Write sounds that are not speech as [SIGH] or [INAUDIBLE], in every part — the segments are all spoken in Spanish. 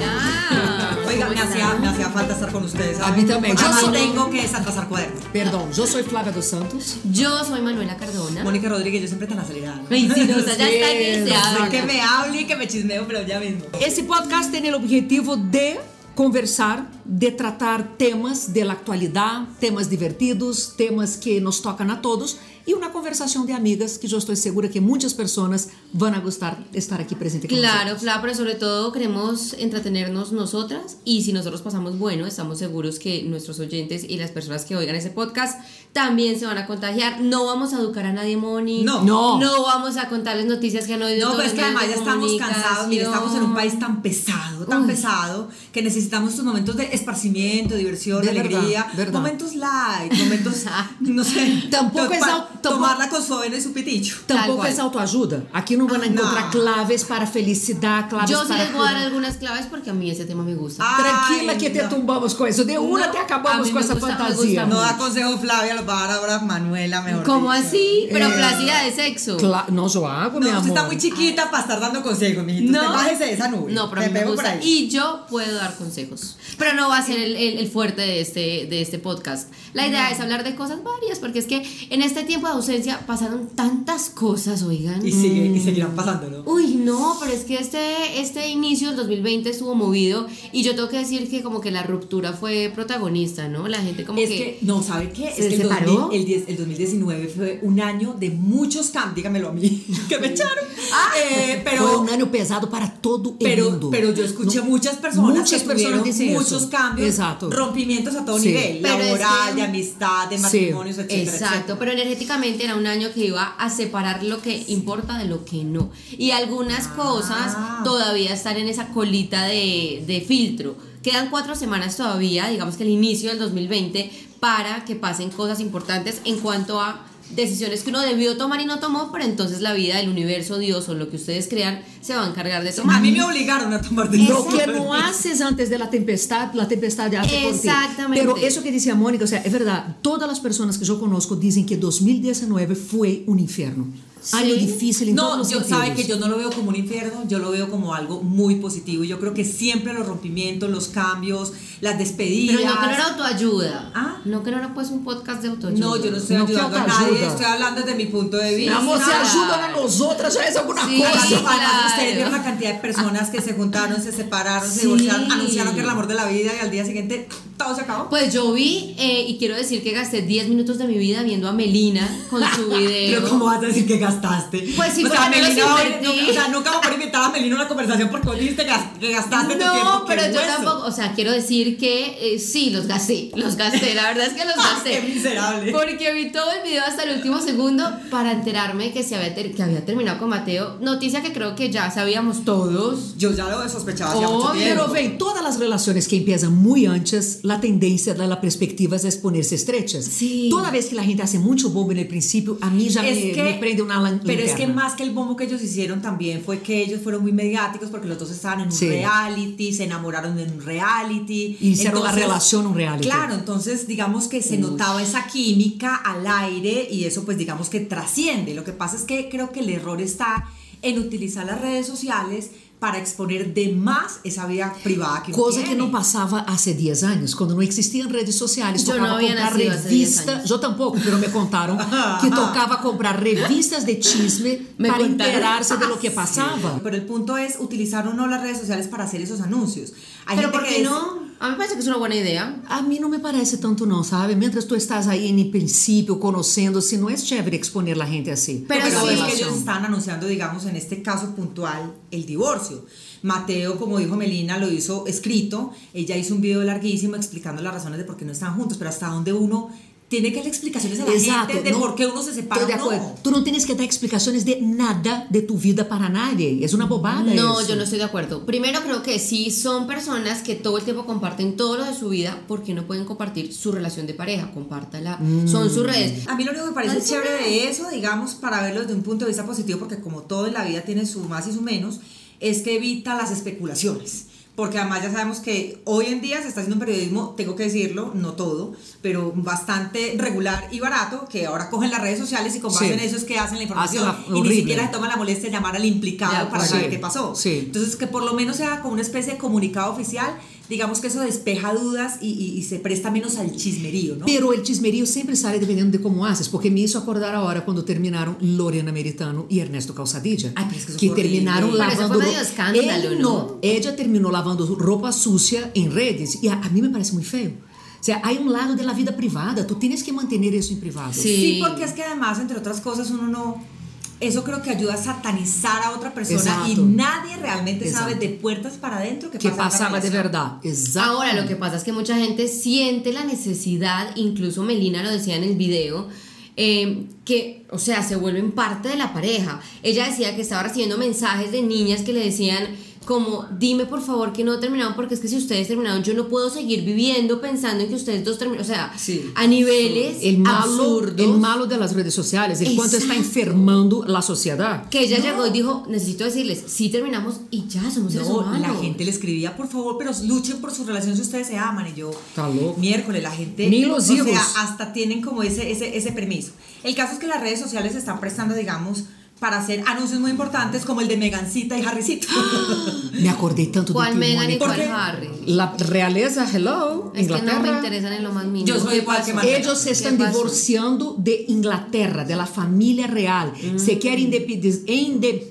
Ah, Oiga, me hacía, me hacía falta estar con ustedes. A mí también. Yo Yo soy- tengo que desatrasar cuadernos. Perdón, yo soy Flavia dos Santos. Yo soy Manuela Cardona. Mónica Rodríguez, yo siempre tan acelerada. Ay, sí, no, o sea, ya está Sí, que se no habla. Así que me hable y que me chismeo, pero ya mismo. Este podcast tiene el objetivo de conversar, de tratar temas de la actualidad, temas divertidos, temas que nos tocan a todos y una conversación de amigas que yo estoy segura que muchas personas van a gustar de estar aquí presente con Claro, nosotros. Fla, pero sobre todo queremos entretenernos nosotras y si nosotros pasamos bueno, estamos seguros que nuestros oyentes y las personas que oigan ese podcast también se van a contagiar. No vamos a educar a nadie, Moni. No. No. No vamos a contarles noticias que han oído. No, todos pero es que los medios además ya de estamos cansados. Mire, estamos en un país tan pesado, tan pesado, que necesitamos estos momentos de esparcimiento, diversión, De verdad, alegría. verdad. Ah. Momentos light, [LAUGHS] momentos, no sé. Tampoco to- es pa- au- tampoco- Tomarla con su avena y su piticho. Tal Ah, Tampoco cual. es autoajuda. Aquí no van a No. encontrar claves para felicidad, claves Yo sí para les voy a dar cura. algunas claves porque a mí ese tema me gusta. Ah, Tranquila Ay, que te no. tumbamos con eso. De una No, te a acabamos mí con me esa gusta, me fantasía. gusta No da consejo Flavia, lo va a dar ahora Manuela, mejor. ¿Cómo dicho. así? Pero Eh, flacidad de sexo. Cla- no, yo hago, mi No, amor. usted está muy chiquita para estar dando consejos, mijito. Usted bájese de esa nube. No, pero a Te mí me pego por gusta. ahí. Y yo puedo dar consejos. Pero no va a ser el, el- el fuerte de este, de este podcast. La idea es hablar de cosas varias, porque es que en este tiempo de ausencia pasaron tantas cosas, oigan. Y, sigue, y seguirán pasándolo. Uy, no, pero es que este, este inicio del 2020 estuvo movido y yo tengo que decir que como que la ruptura fue protagonista, ¿no? La gente como Es que, no, ¿sabe qué? ¿Se es que el, separó? 2000 el, 10 el 2019 fue un año de muchos cambios, dígamelo a mí, [LAUGHS] que me echaron. Eh, Foi um pero, ano pesado para todo o pero, mundo. pero yo escuché muchas personas muchas que personas tuvieron dicen eso. muchos cambios, Exacto. rompimientos a todo Sí. nivel, Pero es laboral, que- de amistad, de Sí. matrimonios, etcétera, Exacto, etcétera. pero energéticamente era un año que iba a separar lo que importa de lo que no. Y Ah. algunas cosas todavía están en esa colita de, de filtro. Quedan cuatro semanas todavía, digamos que el inicio del 2020, para que pasen cosas importantes en cuanto a decisiones que uno debió tomar y no tomó, pero entonces la vida, el universo, Dios o lo que ustedes crean se va a encargar de tomar. A mí me obligaron a tomar Lo decisión. que no haces antes de la tempestad, la tempestad ya hace por ti. Exactamente. Pero eso que decía Mónica, o sea, es verdad, todas las personas que yo conozco dicen que 2019 fue un infierno. Año difícil en todos No, los yo sentidos. sabe que yo no lo veo como un infierno, yo lo veo como algo muy positivo. Yo creo que siempre los rompimientos, los cambios, las despedidas. Pero no que no era autoayuda. Ah. No que no era pues un podcast de autoayuda. No, yo no estoy No, ayudando ¿qué a nadie, autoayuda? estoy hablando desde mi punto de Mi vista. amor, se nada. ayudan a nosotras, ya es alguna Sí. Además, cosa. además, claro. ustedes vieron la cantidad de personas que se juntaron, se separaron, se Sí. divorciaron, anunciaron que era el amor de la vida y al día siguiente todo se acabó. Pues yo vi eh, y quiero decir que gasté 10 minutos de mi vida viendo a Melina con [LAUGHS] su video. Pero ¿cómo vas a decir que gastaste? Pues sí, o sea, porque no los Melina, va a venir- invertí. nunca, o sea, nunca vamos a poder invitar a Melina a una conversación porque vos dijiste que gas- que gastaste tu tiempo. No, qué pero yo hueso. tampoco, o sea, quiero decir que eh, sí, los gasté, los gasté, la verdad es que los [LAUGHS] gasté. Qué miserable. Porque vi todo el video hasta el último segundo para enterarme que, se había, ter- que había terminado con Mateo, noticia que creo que ya sabíamos todos. Yo ya lo sospechaba hacía Obvio, mucho tiempo. Pero ven, todas las relaciones que empiezan muy antes, la tendencia de las perspectivas es ponerse estrechas. Sí. Toda vez que la gente hace mucho bombo en el principio, a mí ya Es me, que- me prende una lan- Pero es que linterna. más que el bombo que ellos hicieron también fue que ellos fueron muy mediáticos porque los dos estaban en un Sí. reality, se enamoraron en un reality. Hicieron la Entonces, relación un reality. Claro, entonces digamos que se notaba esa química al aire y eso pues digamos que trasciende. Lo que pasa es que creo que el error está en utilizar las redes sociales para exponer de más esa vida privada que uno Coisa que tiene. não passava há 10 anos, quando não existiam redes sociais. Eu Tocava não ia comprar nascer há 10 revista. anos. Eu tampouco, pero me contaram [LAUGHS] que tocava comprar revistas de chisme Me para contaram. interar-se de lo [LAUGHS] que passava. Pero el punto es utilizar o no las redes sociales para hacer esos anuncios. Hay pero gente ¿por que qué es- no? A mí me parece que es una buena idea. A mim não me parece tanto não, sabe? Mientras tu estás aí em princípio, conhecendo-se, não é chévere exponer a gente assim. Pero Pero Toda sí, relación. que ellos relação. están anunciando, digamos, en este caso puntual, el divorcio. Mateo, como dijo Melina, lo hizo escrito. Ella hizo un video larguísimo explicando las razones de por qué no están juntos, pero hasta dónde uno tiene que darle explicaciones a la gente de não- por qué uno se separa. Tô de o no. acordo. Tu não tens que dar explicações de nada de tu vida para nadie. É uma bobada No, isso. yo no estoy de acuerdo. Primero creo que sí son personas que todo el tiempo comparten todo lo de su vida, porque no pueden compartir su relación de pareja? Compártala. Son sus redes. A mí lo único que me parece Ay, sí, chévere de eso, digamos, para verlo desde un punto de vista positivo, porque como todo en la vida tiene su más y su menos, es que evita las especulaciones. porque además ya sabemos que hoy en día se está haciendo un periodismo, tengo que decirlo, no todo, pero bastante regular y barato, que ahora cogen las redes sociales y con base Sí. en eso es que hacen la información Hacen la- y ni horrible. siquiera se toman la molestia de llamar al De implicado acuerdo. para saber Sí. qué pasó. Sí. Entonces, que por lo menos sea como una especie de comunicado oficial, digamos que eso despeja dudas y, y- y se presta menos al chismerío, ¿no? Pero el chismerío sempre sai dependendo de como haces, porque me hizo acordar a hora quando terminaram Lorena Meritano e Ernesto Calzadilla. Ai, pero es que eso que fue horrible. terminaram Pero eso lavando. fue ro- medio escándalo, Ele ¿no? Ella terminou lavando roupa sucia em redes e a, a mim me parece muito feio. O sea, hay um lado da vida privada, tu tienes que manter isso em privado. Sí. Sí, porque es que además, entre otras cosas, uno no... Eso creo que ayuda a satanizar a otra persona y Exacto. nadie realmente sabe Exacto. de puertas para adentro qué Que pasa en una passava de relación. verdade. Exato. Pues Ahora, lo que pasa es que mucha gente siente la necesidad, incluso Melina lo decía en el video, eh, que, o sea, se vuelven parte de la pareja. Ella decía que estaba recibiendo mensajes de niñas que le decían como, dime por favor que no terminaron, porque es que si ustedes terminaron, yo no puedo seguir viviendo pensando en que ustedes dos terminaron. O sea, Sí. a niveles El malo, absurdos. el malo de las redes sociales, el cuanto está Exacto. enfermando la sociedad. que ella llegó y dijo, necesito decirles, sí terminamos y ya somos seres No, humanos. la gente le escribía, por favor, pero luchen por su relación si ustedes se aman. Y yo, Está loco. miércoles, la gente, Ni los o hijos. sea, hasta tienen como ese, ese, ese permiso. El caso es que las redes sociales se están prestando, digamos, para hacer anuncios muy importantes como el de Megancita y [GASPS] Harrycito. [LAUGHS] Me acordei tanto de ¿Cuál ti, Meghan y Mónica. ¿Por cuál qué? Harry? La realeza, hello, Es que no me Inglaterra. interesan en lo más mínimo. Yo soy ¿Qué igual que pasó? Manuel. Ellos se están ¿Qué pasó? divorciando de Inglaterra, de la familia real. Mm. Se quieren independiz-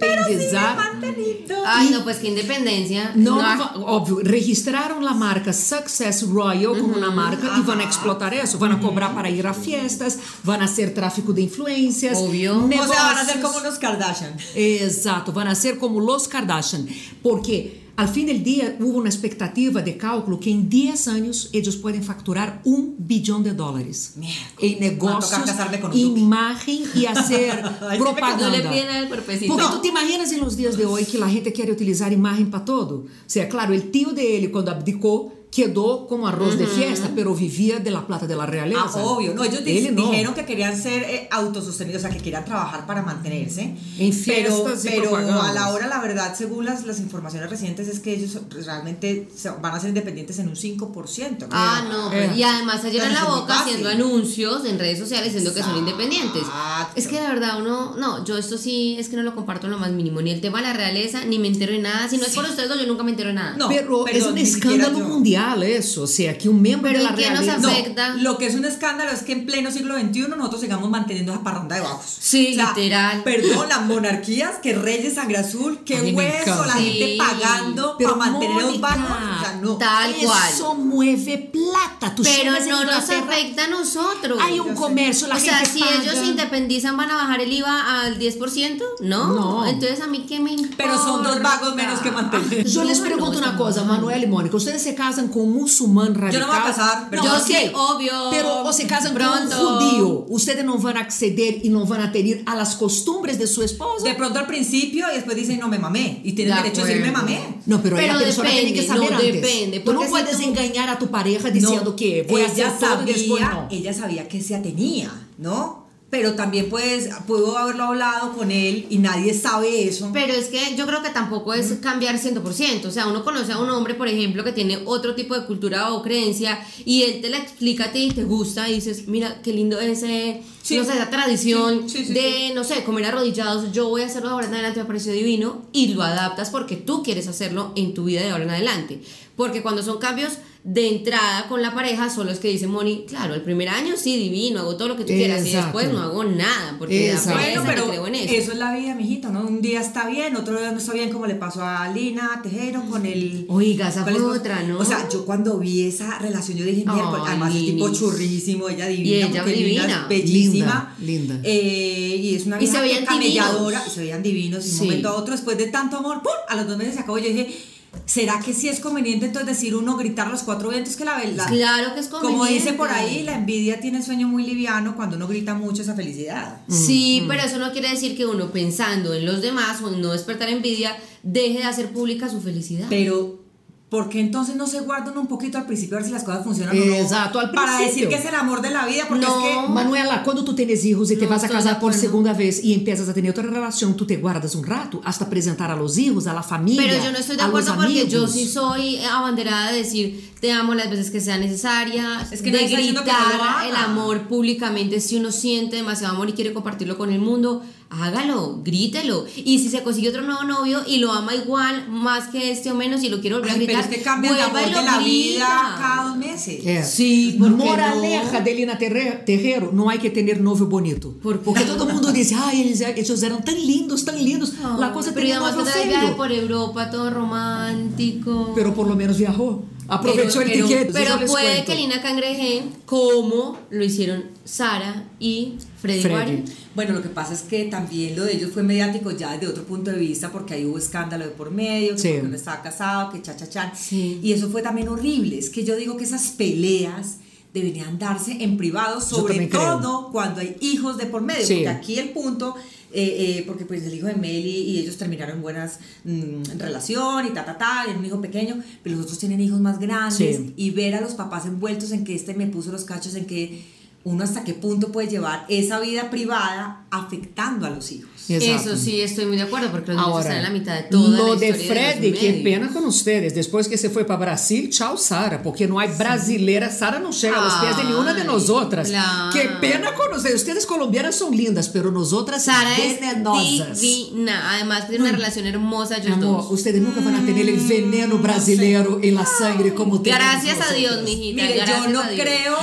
independizar. Mantenido. Ay, no, pues qué independencia. No, No, ah, va- óbvio, registraram a marca Success Royal como uma marca e vão explotar isso. Vão cobrar para ir a festas, vão fazer tráfico de influências. Obvio. O O sea, van a ser negócios. como unos Kardashian. Exato, vão ser como los Kardashian, porque ao fim do dia houve uma expectativa de cálculo que em 10 anos eles podem facturar um bilhão de dólares em negócios, tocar casarme con un duque. imagem e [LAUGHS] fazer Ay, no le propaganda. piden al cuerpecito. então. Porque tu te imaginas em los dias de hoje que a gente quer utilizar imagem para todo? Se é claro, o tio dele quando abdicou quedou como arroz de fiesta, pero vivia de la plata de la realeza. Uhum. Ah, obvio. No, ellos di- Ele não. dijeron que querían ser eh, autosostenidos, o sea, que querían trabajar para mantenerse. En pero fiestas y pero propagandas. a la hora, la verdad, según las, las informaciones recientes, es que ellos realmente se- van a ser independientes en un 5%. creo. Ah, no. Eh. Y además se llenan Pero la eso es muy boca fácil. haciendo anuncios en redes sociales diciendo que son independientes. Exacto. Es que la verdad uno, no, yo esto sí es que no lo comparto en lo más mínimo. Ni el tema de la realeza, ni me entero de nada. Si no es por ustedes dos, yo nunca me entero de nada. No, pero, pero es um ni siquiera escándalo yo. mundial eso, o sea, que um membro Pero de la ¿en qué nos realeza... No, afecta. lo que es un escándalo es que en pleno siglo XXI nosotros sigamos manteniendo esa parranda de bajos. Sí, literal. Perdón, las monarquías, que reyes sangre azul, A que mí me hueso, encanta. la gente Sí. pagando Pero, para mantener los Mónica, bajos. O sea, no. Tal cual. Eso É mueve plata. Tú Pero llegas a no nos Inglaterra, afecta a nosotros. Hay un comercio, la o sea, um gente si paga. ellos se independizan, ¿van a bajar el IVA al 10%? No. No. Entonces, ¿a mí qué me importa? Pero son dos vagos menos que mantener. Yo les No, pregunto no, una no. cosa, Manuel y Mónica, ustedes se casan con un musulmán radical. Yo no me voy a casar, pero- Yo ok, sí, obvio. Pero o se casan Pronto. con un judío, ustedes no van a acceder y no van a tener a las costumbres de su esposo. De pronto al principio y después dicen no me mamé. Y tienen De derecho a decir me acuerdo. mamé. No, pero, Pero la persona depende, tiene que saber no, antes. depende, Tú no porque si puedes tú- engañar a tu pareja diciendo No, que voy a hacer ella todo y sabía, después no. Ella sabía que se atenía, ¿no? Pero también pues pudo haberlo hablado con él y nadie sabe eso. Pero es que yo creo que tampoco es cambiar 100%. O sea, uno conoce a un hombre, por ejemplo, que tiene otro tipo de cultura o creencia y él te la explica a ti y te gusta y dices, mira, qué lindo ese, Sí. no sé, esa tradición Sí, sí, sí, de, no sé, comer arrodillados. Yo voy a hacerlo de ahora en adelante, me pareció divino y lo adaptas porque tú quieres hacerlo en tu vida de ahora en adelante. Porque cuando son cambios de entrada con la pareja, son los que dice Moni, claro, el primer año sí, divino, hago todo lo que tú quieras y Exacto. después no hago nada porque da Exacto. pereza, Bueno, ni pero creo en eso. eso es la vida, mijito, ¿no? Un día está bien, otro día no está bien, como le pasó a Lina Tejero con el... Oiga, esa con el fue esposo. otra, ¿no? O sea, yo cuando vi esa relación, yo dije, miércoles, Ay, además el Linis. tipo churrísimo, ella divina, Y ella porque Lina es divina. bellísima. Linda, linda. Eh, y es una Y vieja se veían que camelladora, divinos. y se veían divinos, y de Sí. un momento a otro, después de tanto amor, ¡pum! a los dos meses se acabó, yo dije... ¿Será que sí es conveniente entonces decir uno gritar los cuatro vientos que la verdad? Claro que es Como dice conveniente. por ahí, la envidia tiene sueño muy liviano cuando uno grita mucho esa felicidad. Sí, Mm, pero eso no quiere decir que uno pensando en los demás o en no despertar envidia deje de hacer pública su felicidad. Pero porque entonces no se guardan un poquito al principio a ver si las cosas funcionan o no? Exato, al Para decir principio. que es el amor de la vida, porque No. es que Manuela, quando tu tens hijos e te Não vas a estou casar de por acordo. segunda vez e empiezas a ter outra relação, tu te guardas um rato hasta apresentar a los hijos, a la familia, Pero yo no estoy de a los acuerdo porque yo amigos. sí soy abanderada de decir te amo las veces que sea necesaria, Es que de nadie está diciendo que no lo gritar haga. el amor públicamente si uno siente demasiado amor y quiere compartirlo con el mundo, hágalo, grítelo. Y si se consigue otro nuevo novio y lo ama igual, más que este o menos, y lo quiere volver a Ay, pero gritar, es que cambia el vuelva amor y lo de la vida grita. cada dos meses. É. Sí, ¿por qué Moraleja no? de Lina Terre- Terreiro, não há que ter novo bonito. Por quê? Porque todo mundo diz, ai, eles, é, eles eram tão lindos, tão lindos. No, la cosa Ah, pero tem y um además novo te da el viaje feio. por Europa todo romántico. Pero por lo menos viajou. Aprovechou o pero, tiquete. pero eu les puede cuento. que Lina cangreje como lo hicieron Sara y Freddy, Freddy. Guarín. Bueno, lo que pasa es que también lo de ellos fue mediático ya desde otro punto de vista, porque ahí hubo escándalo de por medio, que Sí. porque uno estaba casado, que cha, cha, cha. Sí. Y eso fue también horrible. Es que yo digo que esas peleas deberían darse en privado, sobre también creo. todo cuando hay hijos de por medio. Sí. Porque aquí el punto, eh, eh, porque pues el hijo de Meli y ellos terminaron buenas mm, relación y ta, ta, ta, y un hijo pequeño, pero los otros tienen hijos más grandes Sí. y ver a los papás envueltos en que este me puso los cachos, en que uno hasta qué punto puede llevar esa vida privada afectando a los hijos. Exato. Eso sí, estoy muy de acuerdo, porque los niños Ahora, están en la mitad de toda lo la de historia los Fred, que medios. pena com vocês. Depois que você foi para Brasil, tchau, Sara, porque não há brasileira. Sara não chega aos pés de nenhuma de Ai, nós outras. claro. Que pena com vocês. Vocês colombianas são lindas, pero nós outras Sara venenosas. es divina, además tiene una relación hermosa ellos Mm. Amor, dos. ustedes nunca van a tener Hum, el veneno brasileiro en la sangre como tenemos Gracias a nosotras. Dios, mijita. Mire, gracias yo no a Dios. creo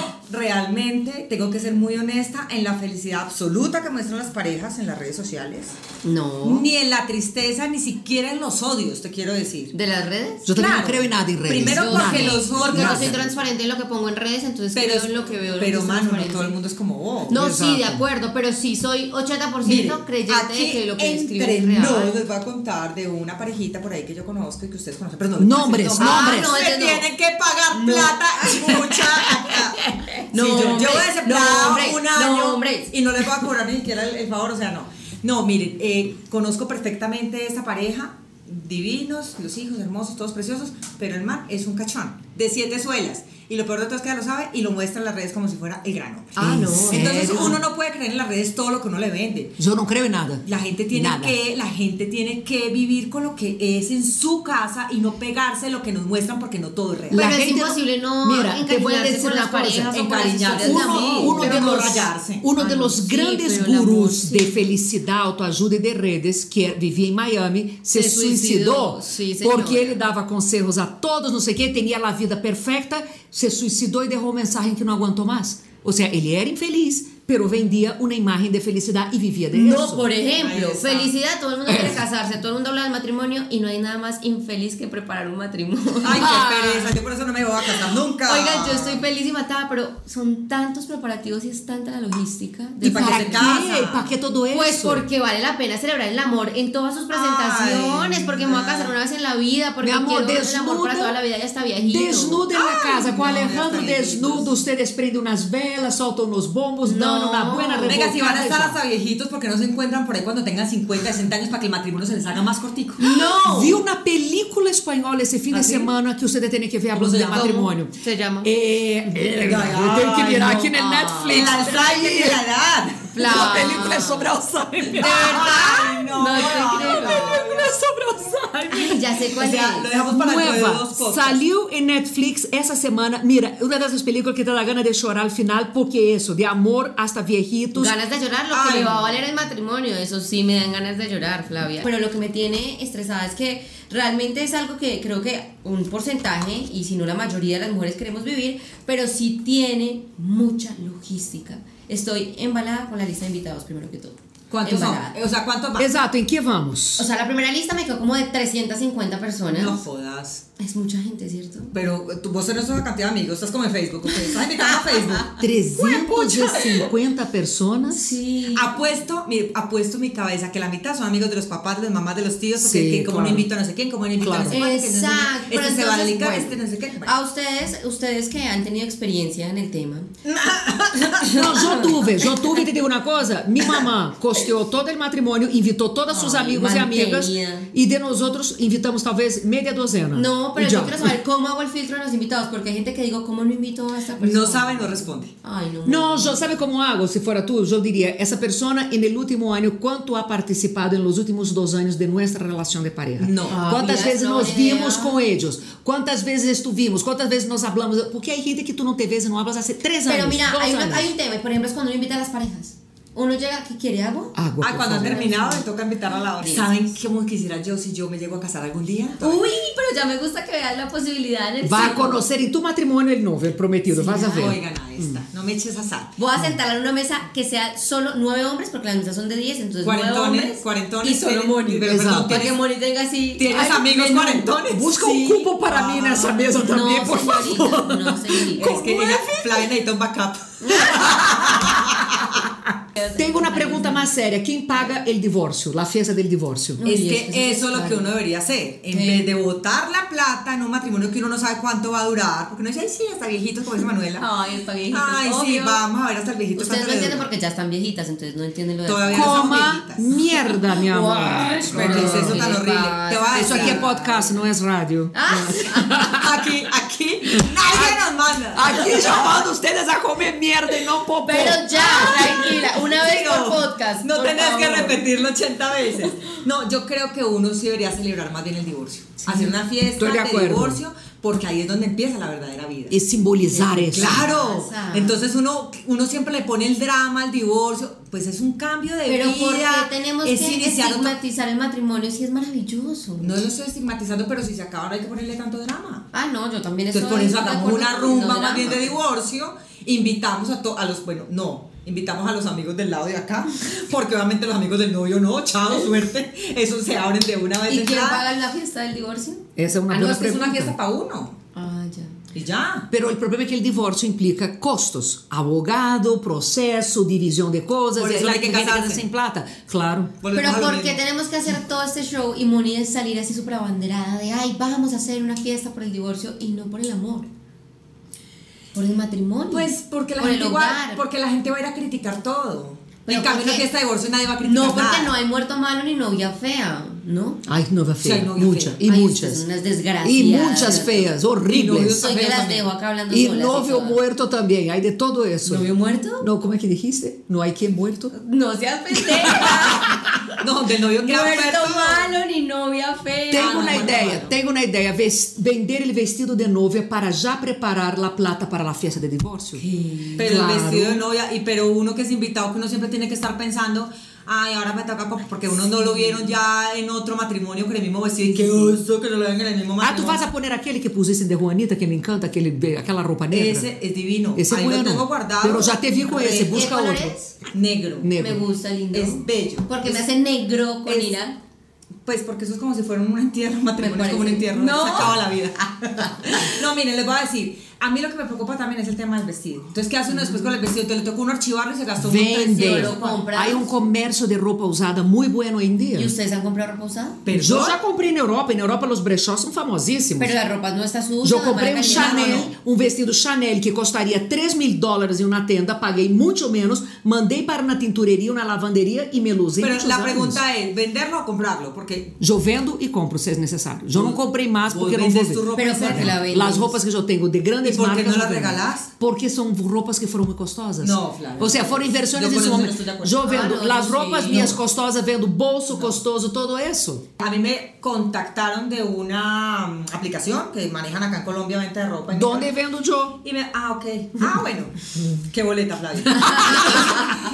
realmente, tengo que ser muy honesta, en la felicidad absoluta que muestran las parejas en las redes sociales, No. ni en la tristeza, ni siquiera en los odios, te quiero decir. ¿De las redes? Yo también Claro. no creo en nada en redes. Primero Yo porque nada. los Porque odios- no soy transparente en lo que pongo en redes, entonces Pero, creo en lo que veo. en lo pero que soy mano, no transparente. todo el mundo es como "Oh, vos. No, sí, de Exacto. acuerdo, pero sí soy 80% Mire, creyente de que lo que aquí escribo es entre real. nos les voy a contar de una parejita por ahí que yo conozco y que ustedes conocen. Pero no, Nombres, no, nombres. no, Ah, no, se ese no. tienen que pagar plata y mucha. [LAUGHS] No, no, yo hombre, llevo desempleada no, hombre, un no, año hombre. y no les voy a cobrar ni siquiera el, el favor, o sea, no. No, miren, eh, conozco perfectamente esta pareja, divinos, los hijos hermosos, todos preciosos, pero el man es un cachón de siete suelas. Y lo peor de todo es que ya lo sabe y lo muestra en las redes como si fuera el gran hombre. Ah, no. ¿En Entonces serio? uno no puede creer en las redes todo lo que uno le vende. Yo no creo en nada. La gente tiene Nada. que, la gente tiene que vivir con lo que es en su casa y no pegarse lo que nos muestran porque no todo es real. La Pero es gente no- imposible no, Mira, te voy a encariñarse decir con una las cosa, parejas o con las encariñarse. historias de Uno- amor. uno pero de no los, rayarse. uno de Ah, los sí, grandes pero el amor, gurús sí. de felicidad, autoajuda e de redes, que é, vivia em Miami, se, Se suicidou, suicidou, sim, senhora. porque ele dava conselhos a todos, não sei o quê, tinha a vida perfeita, se suicidou e derrou mensagem que não aguentou mais. Ou seja, ele era infeliz, pero vendia uma imagem de felicidade e vivia de No, isso. por ejemplo, Ahí está. felicidad, todo el mundo quiere casarse, todo el mundo habla del matrimonio y no hay nada más infeliz que preparar un matrimonio. Ay, [LAUGHS] qué pereza, yo por eso no me voy a casar nunca. Oigan, Pues, ah. yo estoy feliz y matada, pero son tantos preparativos y es tanta la logística. de ¿Y para qué Para se quê? casa. Para que todo isso? Pues porque vale la pena celebrar el amor en todas sus presentaciones, Ay, porque me voy a nada. casar una vez en la vida, porque Meu amor, quiero el desnudo. amor para toda la vida, ya está viejito. Desnudo na Ai, casa, com não, Alejandro meus amiguinhos. desnudo, vocês prendem umas velas, soltam nos bombos, Não. dando uma buena Venga, Venga, si van a revolcada. estar já. hasta viejitos porque no se encuentran por ahí cuando tengan 50, 60 años para que el matrimonio se les haga más cortico. No. Viu na película espanhola esse fim de Assim? semana que você tem que ver a Como blusa se de chama? matrimônio? Como se chama? É, é, eu tenho que Ai, virar não. aqui na Netflix. El Alzheimer y la edad. A Claro. película é sobre Alzheimer. ¿De verdad? Ay, No, no. te creo. A película é sobre Alzheimer. Ay, ya sé [LAUGHS] cuál O sea, es. lo dejamos para dentro de Nueva, dos podcasts. saiu em Netflix essa semana. Mira, uma dessas películas que te dá gana de chorar al final, porque isso, de amor hasta viejitos. Ganas de llorar, lo que Ay, me va a no. valer el matrimonio, eso sí me dan ganas de llorar, Flavia. Pero lo que me tiene estresada es que realmente es algo que creo que un porcentaje, y si no la mayoría de las mujeres queremos vivir, pero sí tiene mucha logística. Estoy embalada con la lista de invitados, primero que todo. ¿Cuántos son? Embalada. O sea, ¿cuántos más? Exato, em que vamos? O sea, la primera lista me quedó como de 350 personas. No jodas. Es mucha gente, ¿cierto? Pero tú- vos tenés una cantidad de amigos, estás como en Facebook, ¿ok? estás invitando a [LAUGHS] Facebook. 350 pessoas. Sí. Apuesto, mire, apuesto mi cabeza que la mitad son amigos de los papás, de las mamás, de los tíos, porque Sí, que como claro. no invito a no sé quién, como no invito a no sé cuál, que no sé quién, Exacto. pero este se va a entonces, dedicar, bueno, este no sé qué. Bueno. A ustedes, ustedes que han tenido experiencia en el tema, [LAUGHS] Não, já tuve, já tuve, te digo uma coisa. Minha mamã costeou todo o matrimônio, invitou todos seus Ai, amigos e amigas. mantenha. E de nós outros, invitamos talvez meia dozena. No, No, pero Y yo ya. quiero saber cómo hago el filtro de los invitados, porque hay gente que digo, ¿cómo no invito a esta persona? Ah, pues No sabe, no responde. Ay, no. Não, eu, sabe como hago? Se fora tu, eu diria: essa pessoa, no último ano, quanto ha participado nos últimos dois anos de nossa relação de pareja? Não. Ah, Quantas mira, vezes não nós é. vimos com eles? Quantas vezes estuvimos? Quantas vezes nós hablamos? Porque aí gente que tu não te vês e não hablas há três anos. Pero mira, dois hay, una- anos. hay un tema, y por ejemplo, es cuando uno invita a las parejas. Uno llega, ¿qué quiere agua? Água, Ah, por cuando han favor. terminado, me toca invitar a la hora. ¿Saben cómo quisiera yo si yo me llego a casar algún día? Uy, pero ya me gusta que veas la posibilidad en el Vai círculo. conhecer em tu matrimônio ele novo, ele prometido, vas a ah, ver. Ah, Oigan a esta, no me eches a sal. Voy a sentar en una mesa que sea solo nueve hombres, porque las mesas son de diez, entonces nueve Cuarentones, hombres. cuarentones Y solo tienen- Moni. pero perdón, Para que tienes- Moni tenga así. ¿Tienes ay, amigos menú. cuarentones? Busca Sí. um cupo para mim nessa mesa também, no, por señorita, favor. No, señorita. Es que ella, Flavia necesita un backup. Tenho uma pergunta mais séria: quem paga o divórcio, la fiança del divórcio? Uy, es es que que eso eso es es lo que caro. uno debería hacer. En Sí. vez de botar la plata en un matrimonio que uno no sabe cuánto va a durar, porque uno dice, ay, sí, hasta viejitos, como dice Manuela. Ay, está viejito. Ay, sí, Ah, obvio. vamos a ver hasta el viejito. Ustedes cuánto no le entienden [LAUGHS] dura. porque ya están viejitas, entonces no entienden lo de Todavía no somos Coma viejitas. mierda, mi amor. Ay, pero ¿qué es eso tan ¿qué horrible? Te va [LAUGHS] a Isso aqui é podcast, não é rádio. Ah, Aquí, aquí, nadie nos manda. Ah, Aqui chamando vocês a comer merda e não popô. pero ya, tranquila, ah, una vez Digo, por podcast. No por tenés que favor. repetirlo 80 veces. No, yo creo que uno sí debería celebrar más bien el divorcio. Hacer una fiesta Estoy de de, acuerdo. divorcio, porque ahí es donde empieza la verdadera vida. E simbolizar isso. Claro, pasa? entonces uno, uno siempre le pone el drama al divorcio, pues es un cambio de Pero ¿por qué vida. tenemos es que iniciar otro- estigmatizar el matrimonio si es maravilloso? No lo estoy estigmatizando, pero si se acaba no hay que ponerle tanto drama. Ah, no, yo también estoy Entonces por eso de hagamos acuerdo una con rumba el más bien de drama. divorcio, invitamos a, to- a los, bueno, no, invitamos a los amigos del lado de acá, porque obviamente los amigos del novio no, chao, suerte, eso se abren de una vez. de ¿Y quién entrada. paga la fiesta del divorcio? Essa é uma Ah, no, boa es que es una fiesta pergunta. para uno, Ah, ya. y ya. Pero o problema é que o divórcio implica custos. Abogado, processo, divisão de coisas. Por e isso lá tem que gente casar-se. sem plata. Claro. Volvemos a Pero lo ¿por qué mismo. tenemos que hacer todo este show y Moni es salir así súper abanderada de, ay, vamos a hacer una fiesta por el divorcio y no por el amor? Por el matrimonio. Pues porque la, por gente el igual- hogar. porque la gente va a ir a criticar todo. Pero en cambio, ¿por en una qué? fiesta de divorcio nadie va a criticar No, porque nada. no hay muerto malo ni novia fea, ¿no? Ai, que nova feia. Sim, nova muita. feia. E Ai, muitas. isso, umas desgraciadas. E muitas feias, novio horríveis. Soy que feo las también. dejo acá hablando E solas y novio todas. muerto também. Aí de todo isso. ¿Novio muerto? Não, como é que dijiste? Não há quem muerto. No seas [LAUGHS] pendeja. No, donde el novio queda muerto muerto. malo ni novia fea. Tenho No, uma muerto ideia, malo. tenho uma ideia. Ves- Vender o vestido de novia para já preparar a plata para a festa de divórcio. Pero Claro. el vestido de novia, y pero uno que es invitado, que uno siempre tiene que estar pensando, ay, ahora me toca por- porque uno no lo vieron ya en otro matrimonio con el mismo vestido. Y qué oso que no lo vean en el mismo Ah, tu matrimonio. vas a pôr aquele que pusiste de Juanita, que me encanta, aquele, be- aquela roupa negra. Ese es divino. Ese Ahí bueno. lo tengo guardado. Pero ya te vi con ese, Re- busca ¿Qué color otro. es? Negro. Negro. Me gusta lindo. Es bello. Porque me Es- hace negro con es- ira. Pues porque eso es como si fuera un entierro, un matrimonio es como un parece. entierro, No. se acaba la vida. [LAUGHS] no, miren, les voy a decir, a mí lo que me preocupa también es el tema del vestido. Entonces, ¿qué hace uno después con el vestido? Te le tocó uno archivarlo y se gastó un Vende. lo compras. Há um comércio de roupa usada muito bueno hoje em dia. ¿Y ustedes han comprado ropa usada? Eu Pero yo já comprei na Europa, e na Europa os brechós são famosíssimos. Pero la ropa no está sucia. Eu comprei um de mala calidad, Chanel, ¿no? um vestido Chanel que costaria 3 mil dólares em uma tenda, paguei muito menos, mandei para uma tintureria, uma lavanderia e me usei Pero muitos la anos. pregunta es, ¿venderlo o comprarlo? Porque Eu vendo e compro, se é necessário. Eu não comprei mais vos porque não vou vendes ver. tu ropa Pero en porque serio. la ve- As roupas que eu tenho de grandes E por que marcas. não eu as vendo. regalás? Porque são roupas que foram muito custosas. Não, Flávia. Ou seja, foram inversões Eu nesse conheço, momento. eu estou de acordo. Eu vendo Ah, não, as sim, roupas minhas não. costosas, vendo bolso costoso, todo isso. A mí me contactaron de una mm, aplicación que manejan acá en Colombia venta de ropa. en Donde vendo eu? Y me, ah, ok. [LAUGHS] Ah, bueno. Qué boleta, Flavia.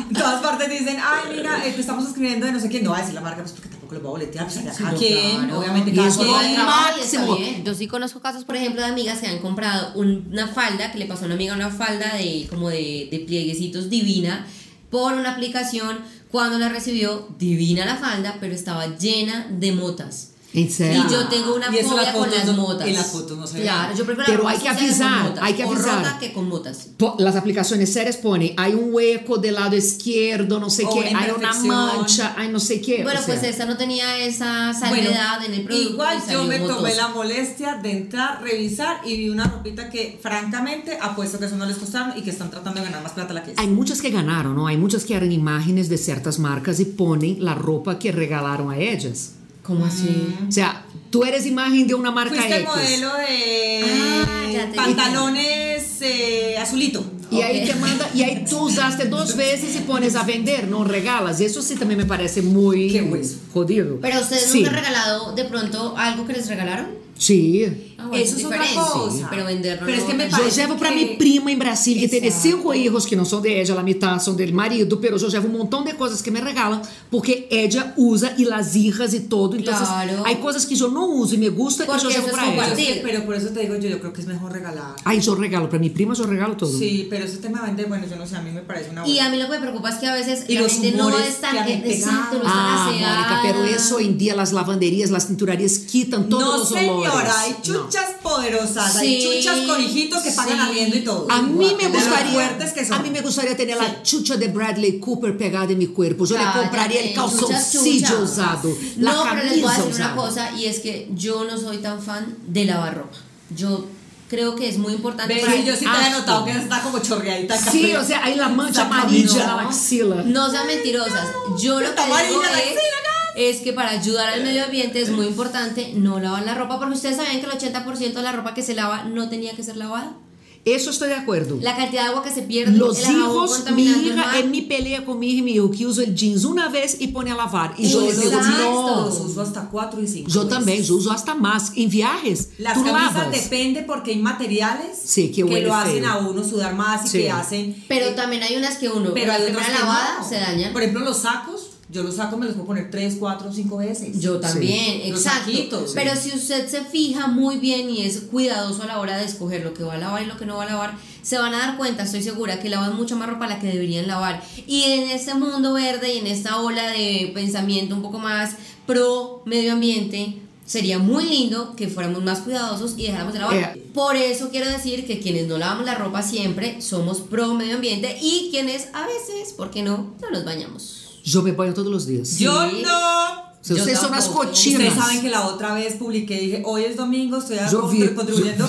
en todas partes dicen, ay, mira, eh, te estamos escribiendo de no sé quién. No va a decir la marca, pues porque tampoco lo va a boletear. Pues a cada no, quien, claro. obviamente, Y cada eso quien. va al trabajo. Ay, está máximo. bien. Yo sí conozco casos, por ejemplo, de amigas que han comprado un- una falda, que le pasó a una amiga una falda de como de, de plieguecitos divina por una aplicación. Cuando la recibió, divina la falda, pero estaba llena de motas. Em Y yo tengo una Y eso fobia las con fotos las no- motas. en las fotos no se ve. Claro, yo prefiero Pero la hay ropa que sucia con avisar, motas, hay que o avisar. rota que con motas. Po- Las aplicaciones serias ponen, hay un hueco del lado izquierdo, no sé O qué, una hay una imperfección. mancha, hay no sé qué. Bueno, o pues sea, esta no tenía esa Bueno, salvedad en el producto. igual y yo salió me tomé motosa. la molestia de entrar, revisar y vi una ropita que, francamente, apuesto que eso no les costaron y que están tratando de ganar más plata la que es. Hay muchas que ganaron, ¿no? Hay muchas que eran imágenes de ciertas marcas y ponen la ropa que regalaron a ellas. Ah. ¿Cómo así? O sea, Tú eres imagen de una marca Fuiste X. modelo de Ah, ya te pantalones eh, azulito. E aí te manda, e aí tu usaste duas vezes e pones a vender, não regalas. Isso sim também me parece muito Que hueso. jodido. Pero ustedes Sim. nunca han regalado de pronto algo que les regalaron. Sim. Ah, bueno, Eso es otra diferente, cosa. Pero venderlo. Pero es no- que me no. parece Eu levo para que- minha prima em Brasília, que tem Exato. cinco filhos que não são de Edja, ela mitad são dele marido, pero eu levo um montão de coisas que me regalam, porque Edja usa e las hijas e todo. Então, Claro. aí coisas que eu não uso e me gusta, e Porque eu levo eso es para ela. compartir. Sí, pero por eso te digo yo, yo creo que es mejor regalar. Aí eu regalo para minha prima, eu regalo todo. Sí, pero ese tema vende, bueno, yo no sé, a mí me parece una Y buena. a mí lo que me preocupa es que a veces Y la los gente no humores es tan que han exacto, no es tan Ah, aseada. Mônica, pero isso hoje em dia, as lavanderias, as tinturarias quitam todos No, os olores. señora, hay Não. chuchas poderosas, hay Sí, chuchas con hijitos que pagan sí. arriendo y todo. A mí me De lo gustaría, fuertes que son. a mí me gustaría tener la chucha de Bradley Cooper pegada en mi cuerpo. Yo Cállate, le compraría el muchas calzoncillo chuchas. usado, la No, pero les voy a camisa decir una usada. cosa y es que yo no soy tan fan de lavar ropa. Yo creo que es muy importante Ve, para- Ah, sí, yo sí te asco. he notado que está como chorreadita. acá. Sí, o sea, hay la mancha Saca amarilla en vino. la axila. No sean mentirosas. Yo lo que Está digo amarilla la es, es que para ayudar al medio ambiente es muy importante no lavar la ropa porque ustedes sabían que el 80% de la ropa que se lava no tenía que ser lavada. Eso estoy de acuerdo. La cantidad de agua que se pierde, Los el jabón hijos, mi contaminando el mar. hija, en mi pelea con mi hija y mi hijo, que uso el jeans una vez y pone a lavar. Y yo le digo, Los Exacto. los no. uso hasta 4 y 5. Yo también, yo uso hasta más. En viajes, Las tú camisas lavas. depende porque hay materiales Sí, que huele lo hacen feo. a uno sudar más y Sí. que hacen. Pero también hay unas que uno, Pero la hay otras primera que lavada no. se dañan. Por ejemplo, los sacos, yo los sacos me los puedo poner 3, 4, 5 veces. Yo también, Los exacto. saquitos. Pero si usted se fija muy bien y es cuidadoso a la hora de escoger lo que va a lavar y lo que no va a lavar, se van a dar cuenta, estoy segura, que lavan mucha más ropa la que deberían lavar. Y en este mundo verde y en esta ola de pensamiento un poco más pro medio ambiente, sería muy lindo que fuéramos más cuidadosos y dejáramos de lavar. Eh. Por eso quiero decir que quienes no lavamos la ropa siempre somos pro medio ambiente y quienes a veces, ¿por qué no?, no nos bañamos. Yo me baño todos los días. Yo Sí. no. Si Yo ustedes son unas tampoco. cochinas. Ustedes saben que la otra vez publiqué, dije, hoy es domingo, estoy a- Yo vi- contribuyendo.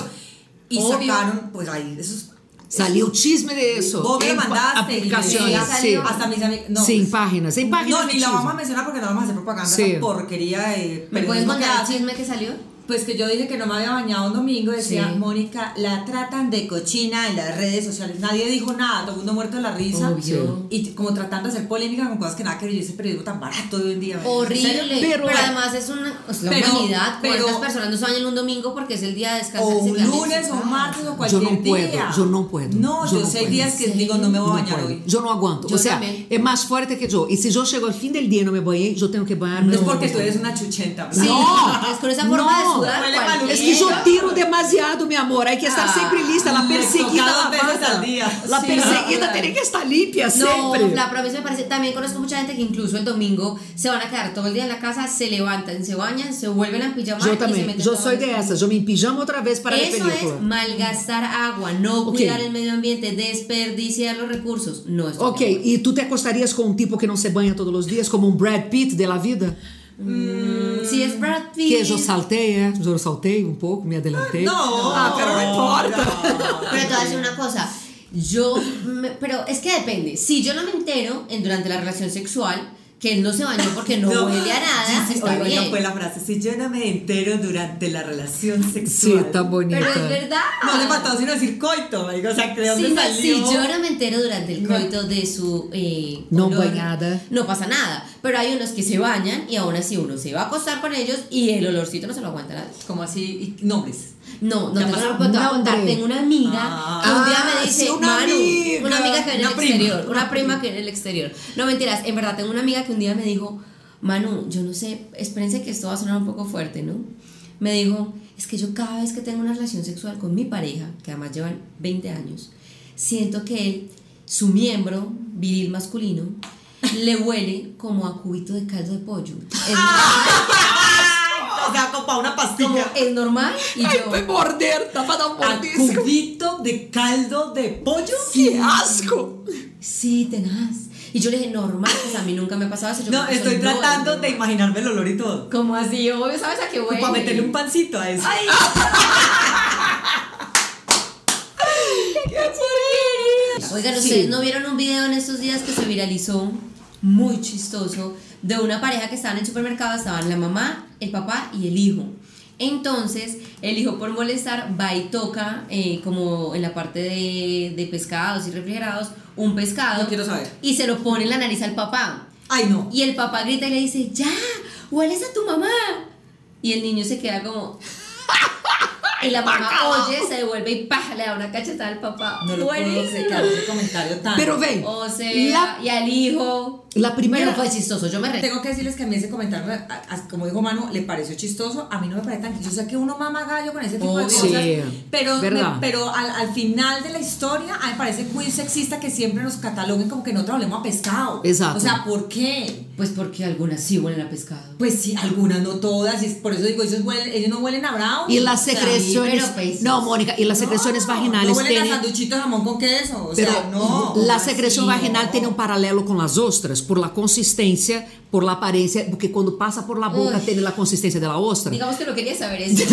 Y Obvio. sacaron, pues ahí, esos Saliu o chisme de isso. Vos me lo Em pa- mandaste, Aplicações. Miguel. sim. Salió. hasta mis amigos. No, pues, Sim, páginas. Em páginas no, de ni la chisme. vamos a mencionar porque no vamos a hacer propaganda Sí. esa porquería de ¿Me pueden periodismo que contar el hacen. chisme que salió? Pues que yo dije que no me había bañado un domingo, decía Sí. Mónica, la tratan de cochina en las redes sociales. Nadie dijo nada, todo el mundo muerto de la risa. Obvio. Y t- como tratando de hacer polémica con cosas que nada que ver, yo ese periódico tan barato de hoy en día. ¿verdad? Horrible. Pero, Pero- además es una es la Pero- humanidad. ¿Cuántas pero- personas no se bañan un domingo porque es el día de O descanso? un lunes, o un martes, o cualquier no puedo, día. yo no puedo, No, yo yo, no sé puedo. días que Sí. digo, no me voy a Não bañar puedo. hoy. Eu não aguanto. Eu ou seja, também. é mais forte que eu. E se eu chego ao fim do dia e não me banhei, eu tenho que banhar. No es mesmo. porque tú eres una chuchenta. ¿verdad? Sí, No. es con esa forma de No. sudar. Huele mal, cualquiera. Es que eu tiro demasiado, meu amor. Aí que estar Ah, sempre lista. La me perseguida toca dos lavada. veces al día. La Sí, perseguida claro. tem que estar limpia No, sempre. la pero a mí eso me parece. También conozco mucha gente que incluso el domingo se van a quedar todo el día en la casa, se levantan, se bañan, se vuelven a pijamar. Eu y se também. meten Eu todo sou el día. dessas. Eu me empijamo outra vez para ver Eso película. es malgastar agua, no Ok. cuidar el medio ambiente, desperdiciar los recursos. No es Ok, e tu te acostarias com um tipo que não se banha todos os dias, como um Brad Pitt de la vida? Si es Brad Pitt. Que eu saltei, é? Eu saltei um pouco, me adelantei. No, Ah, pero no importa. Pero te voy a decir una cosa. Yo, me- pero es que depende. Si yo no me entero en, durante la relación sexual que él no se bañó porque [LAUGHS] no, huele a nada, Sí, sí, está oiga, bien. fue la frase. Si yo no me entero durante la relación Sim, sexual. pero tá es bonita. verdad. No le faltó sino decir coito, marica, O sea, creo Si, que no- salió. si yo no me entero durante el coito de su eh, No bañada. no pasa nada. Pero hay unos que se bañan y aún así uno se va a acostar con ellos y el olorcito no se lo aguanta nadie. Como así, y nombres. No, no Ya tengo pasó. nada que te voy a No, contar. hombre. Tengo una amiga Ah. que un día Ah, me dice, sí, una "Manu", amiga. una amiga que vive en el Una prima. exterior, una prima que vive en el exterior. No mentiras, en verdad tengo una amiga que un día me dijo, Manu, yo no sé, espérense que esto va a sonar un poco fuerte, ¿no? Me dijo, es que yo cada vez que tengo una relación sexual con mi pareja, que además llevan 20 años, siento que él, su miembro viril masculino, le huele como a cubito de caldo de pollo. Es, O sea, como para una como, pastilla. es normal y Ai, yo... foi morder, dá pra dar um A mordisco. cubito de caldo de pollo. Que asco! Sí, tenaz. Y yo le dije, normal, pues a mí nunca me ha pasado eso. Yo No, creo que estoy eso no tratando es de normal". imaginarme el olor y todo. ¿Cómo así? Obvio, ¿sabes a qué huele? Para meterle un pancito a eso. ¡Ay! Oigan, ¿ustedes Sí. no vieron un video en estos días que se viralizó? Muy chistoso. De una pareja que estaba en el supermercado, estaban la mamá, el papá y el hijo. Entonces, el hijo por molestar va y toca, eh, como en la parte de, de pescados y refrigerados, un pescado. No quiero saber. Y se lo pone en la nariz al papá. Ay, no. Y el papá grita y le dice, ya, hueles a tu mamá. Y el niño se queda como... Y la mamá oye, se devuelve y ¡pah! le da una cachetada al papá. No lo puedo Buenísimo. secar ese comentario Ah, tan. Pero ven, O sea, la, y al hijo. la Pero primera... fue chistoso, yo me reí. Tengo que decirles que a mí ese comentario, me- a- a- como dijo Manu, le pareció chistoso. A mí no me parece tan. Yo sé que uno mama gallo con ese tipo de Oh, cosas. sí. Pero, me- Verdad. pero al, al final de la historia, a mí me parece muy sexista que siempre nos cataloguen como que nosotros hablemos a pescado. Exacto. O sea, ¿por qué? Pues porque algunas sí huelen a pescado. Pues sí, algunas, no todas. y es- por eso digo, ellos, huelen- ellos no huelen a bravo. Y las Sí, secreciones... pero pues- no, Mónica, y las secreciones vaginales No huelen tienen... a sanduchito de jamón con queso. O Pero sea, no. la ¿cómo secreção así? vaginal No. tem um paralelo com as ostras, por la consistência, por la aparência, porque quando passa por la boca Uy. tem a consistência da ostra. Digamos que no quería saber eso.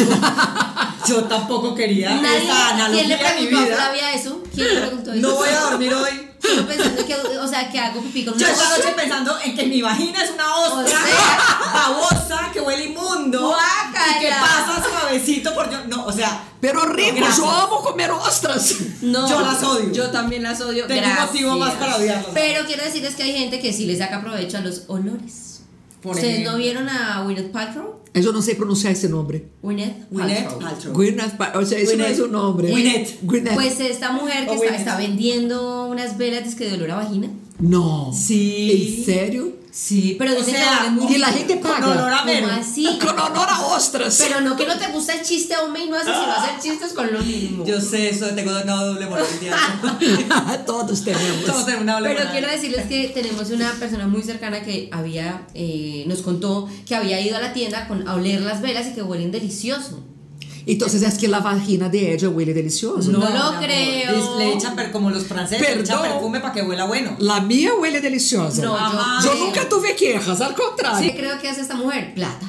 Yo tampoco quería Nadie, esa analogía ¿Quién le a mi preguntó a vida. Flavia eso? ¿Quién le preguntó eso? No voy a dormir hoy. Solo pensando que, o sea, que hago pipí con una Yo esta cosa. noche pensando en que mi vagina es una ostra O sea. babosa que huele inmundo Guácala. y que pasa suavecito por yo. No, o sea, Pero rico, Gracias. eu amo comer ostras. [LAUGHS] No, Yo las odio. Yo también las odio. Tengo un motivo Gracias. más para odiarlas. Pero quiero decirles que hay gente que sí le saca provecho a los olores. Por ¿Ustedes ejemplo. no vieron a Gwyneth Paltrow? Mas Eu não sei pronunciar esse nome. Gwyneth Gwyneth Paltrow. Paltrow. Gwyneth, Pa- o sea, esse não é Gwyneth. o nome. Gwyneth. Gwyneth. Pues esta mujer que O está, Gwyneth. está vendiendo unas velas dizque de olor a vagina. Não. Sí. Em sério? Sí, pero o dicen que sea, huele muy bien. Y la gente paga. Con olor a ¿Cómo mero. [LAUGHS] [LAUGHS] así? Com honor a ostras. Pero no que no te gusta el chiste, hombre, y no haces sino hacer chistes con lo mismo. Yo sé eso, tengo una doble moral. [LAUGHS] [LAUGHS] diablo. [LAUGHS] Todos Todos tenemos temos. una doble Pero moral. quiero decirles que tenemos una persona muy cercana que había, eh, nos contó que había ido a la tienda con, a oler las velas y que huelen delicioso. Então, vocês acham que a vagina de Edja huele delicioso? No lo mi amor. creo. Le echan per- como los franceses, le echan Perdón. perfume para que huela bueno. La minha huele é deliciosa. Ah, No, Ajá. yo, Eu nunca tive quejas, ao contrário. ¿Qué creo que hace esta mujer? Plata.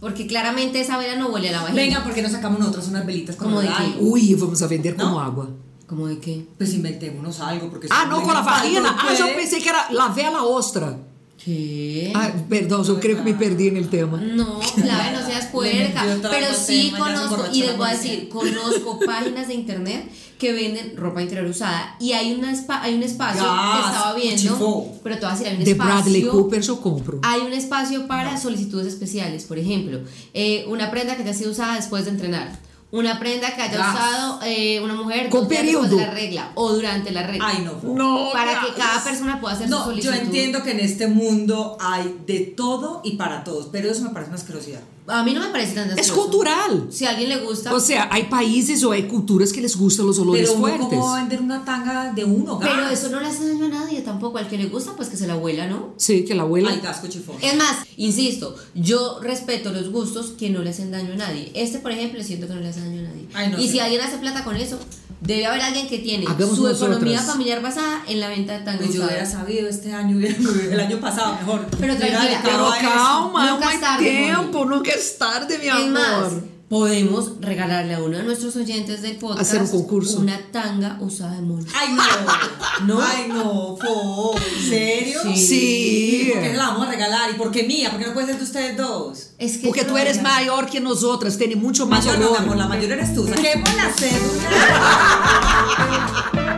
Porque claramente esa vela no huele a la vagina. Venga, ¿por qué no sacamos nosotros unas velitas con ¿Cómo olor de a qué? algo? Ui, vamos a vender Não? como água. ¿Cómo de qué? Pues inventémonos algo. Porque Ah, si não, com a huele mal, vagina. no Ah, eu puede. pensei que era lavela ostra. ¿Qué? Ah, perdão, eu creio que me perdi no tema. No, Flavia, no [LAUGHS] seas puerca. Le metió otra Pero vez sí tema, ya se conozco, emborrachó y la les voy a policía. decir, conozco [LAUGHS] páginas de internet que venden ropa interior usada. Y hay, una espa- hay un espacio que Gas, estaba viendo, cuchifo. pero te voy a decir, hay un De espacio. Bradley Cooper eu compro. Hay un espacio para solicitudes especiales, por ejemplo, eh, una prenda que haya sido usada después de entrenar, una prenda que haya Gas. usado eh, una mujer Con dos días después de periodo. la regla o durante la regla. Ay, no. No, Para que cada persona pueda hacer su No, yo solicitud. entiendo que en este mundo hay de todo y para todos, pero eso me parece una asquerosidad. A mí no me parece tan É asqueroso. cultural. Si a alguien le gusta, Ou Pues seja, há países ou há culturas que eles gustam os olores Pero uno fuertes. cómo va a vender una tanga de uno, gas. pero eso no le hace daño a nadie tampoco. Al que le gusta, pues que se la huela, ¿no? Sim, que a abuela. Ay, gasco chifón. Es más, insisto, yo respeto los gustos que no le hacen daño a nadie. Este, por ejemplo, siento que no le hace daño a nadie. Ay, no, y sí. si alguien hace plata con eso, debe haber alguien que tiene Hagamos su nosotras. economía familiar basada en la venta de tangas Pues yo hubiera usadas. sabido este año, hubiera- [LAUGHS] el año pasado mejor. Pero Hubiera tranquila, dedicado Pero a eso. calma, Nunca não é é tarde, tempo, nunca é tarde, meu Es más, amor. podemos regalarle a uno de nuestros oyentes del podcast Hacer un concurso. una tanga usada de mono. Ay, no. Ay, no, fo. ¿En serio? Sí. Sí. ¿Y ¿Por qué se la vamos a regalar? ¿Y por qué mía? ¿Por qué no puede ser de ustedes dos? Es que Porque yo tu eres ya- maior que nós outras, tem muito mais Mayor no, mi amor, la olor. mayor eres tú. Saquemos la cédula.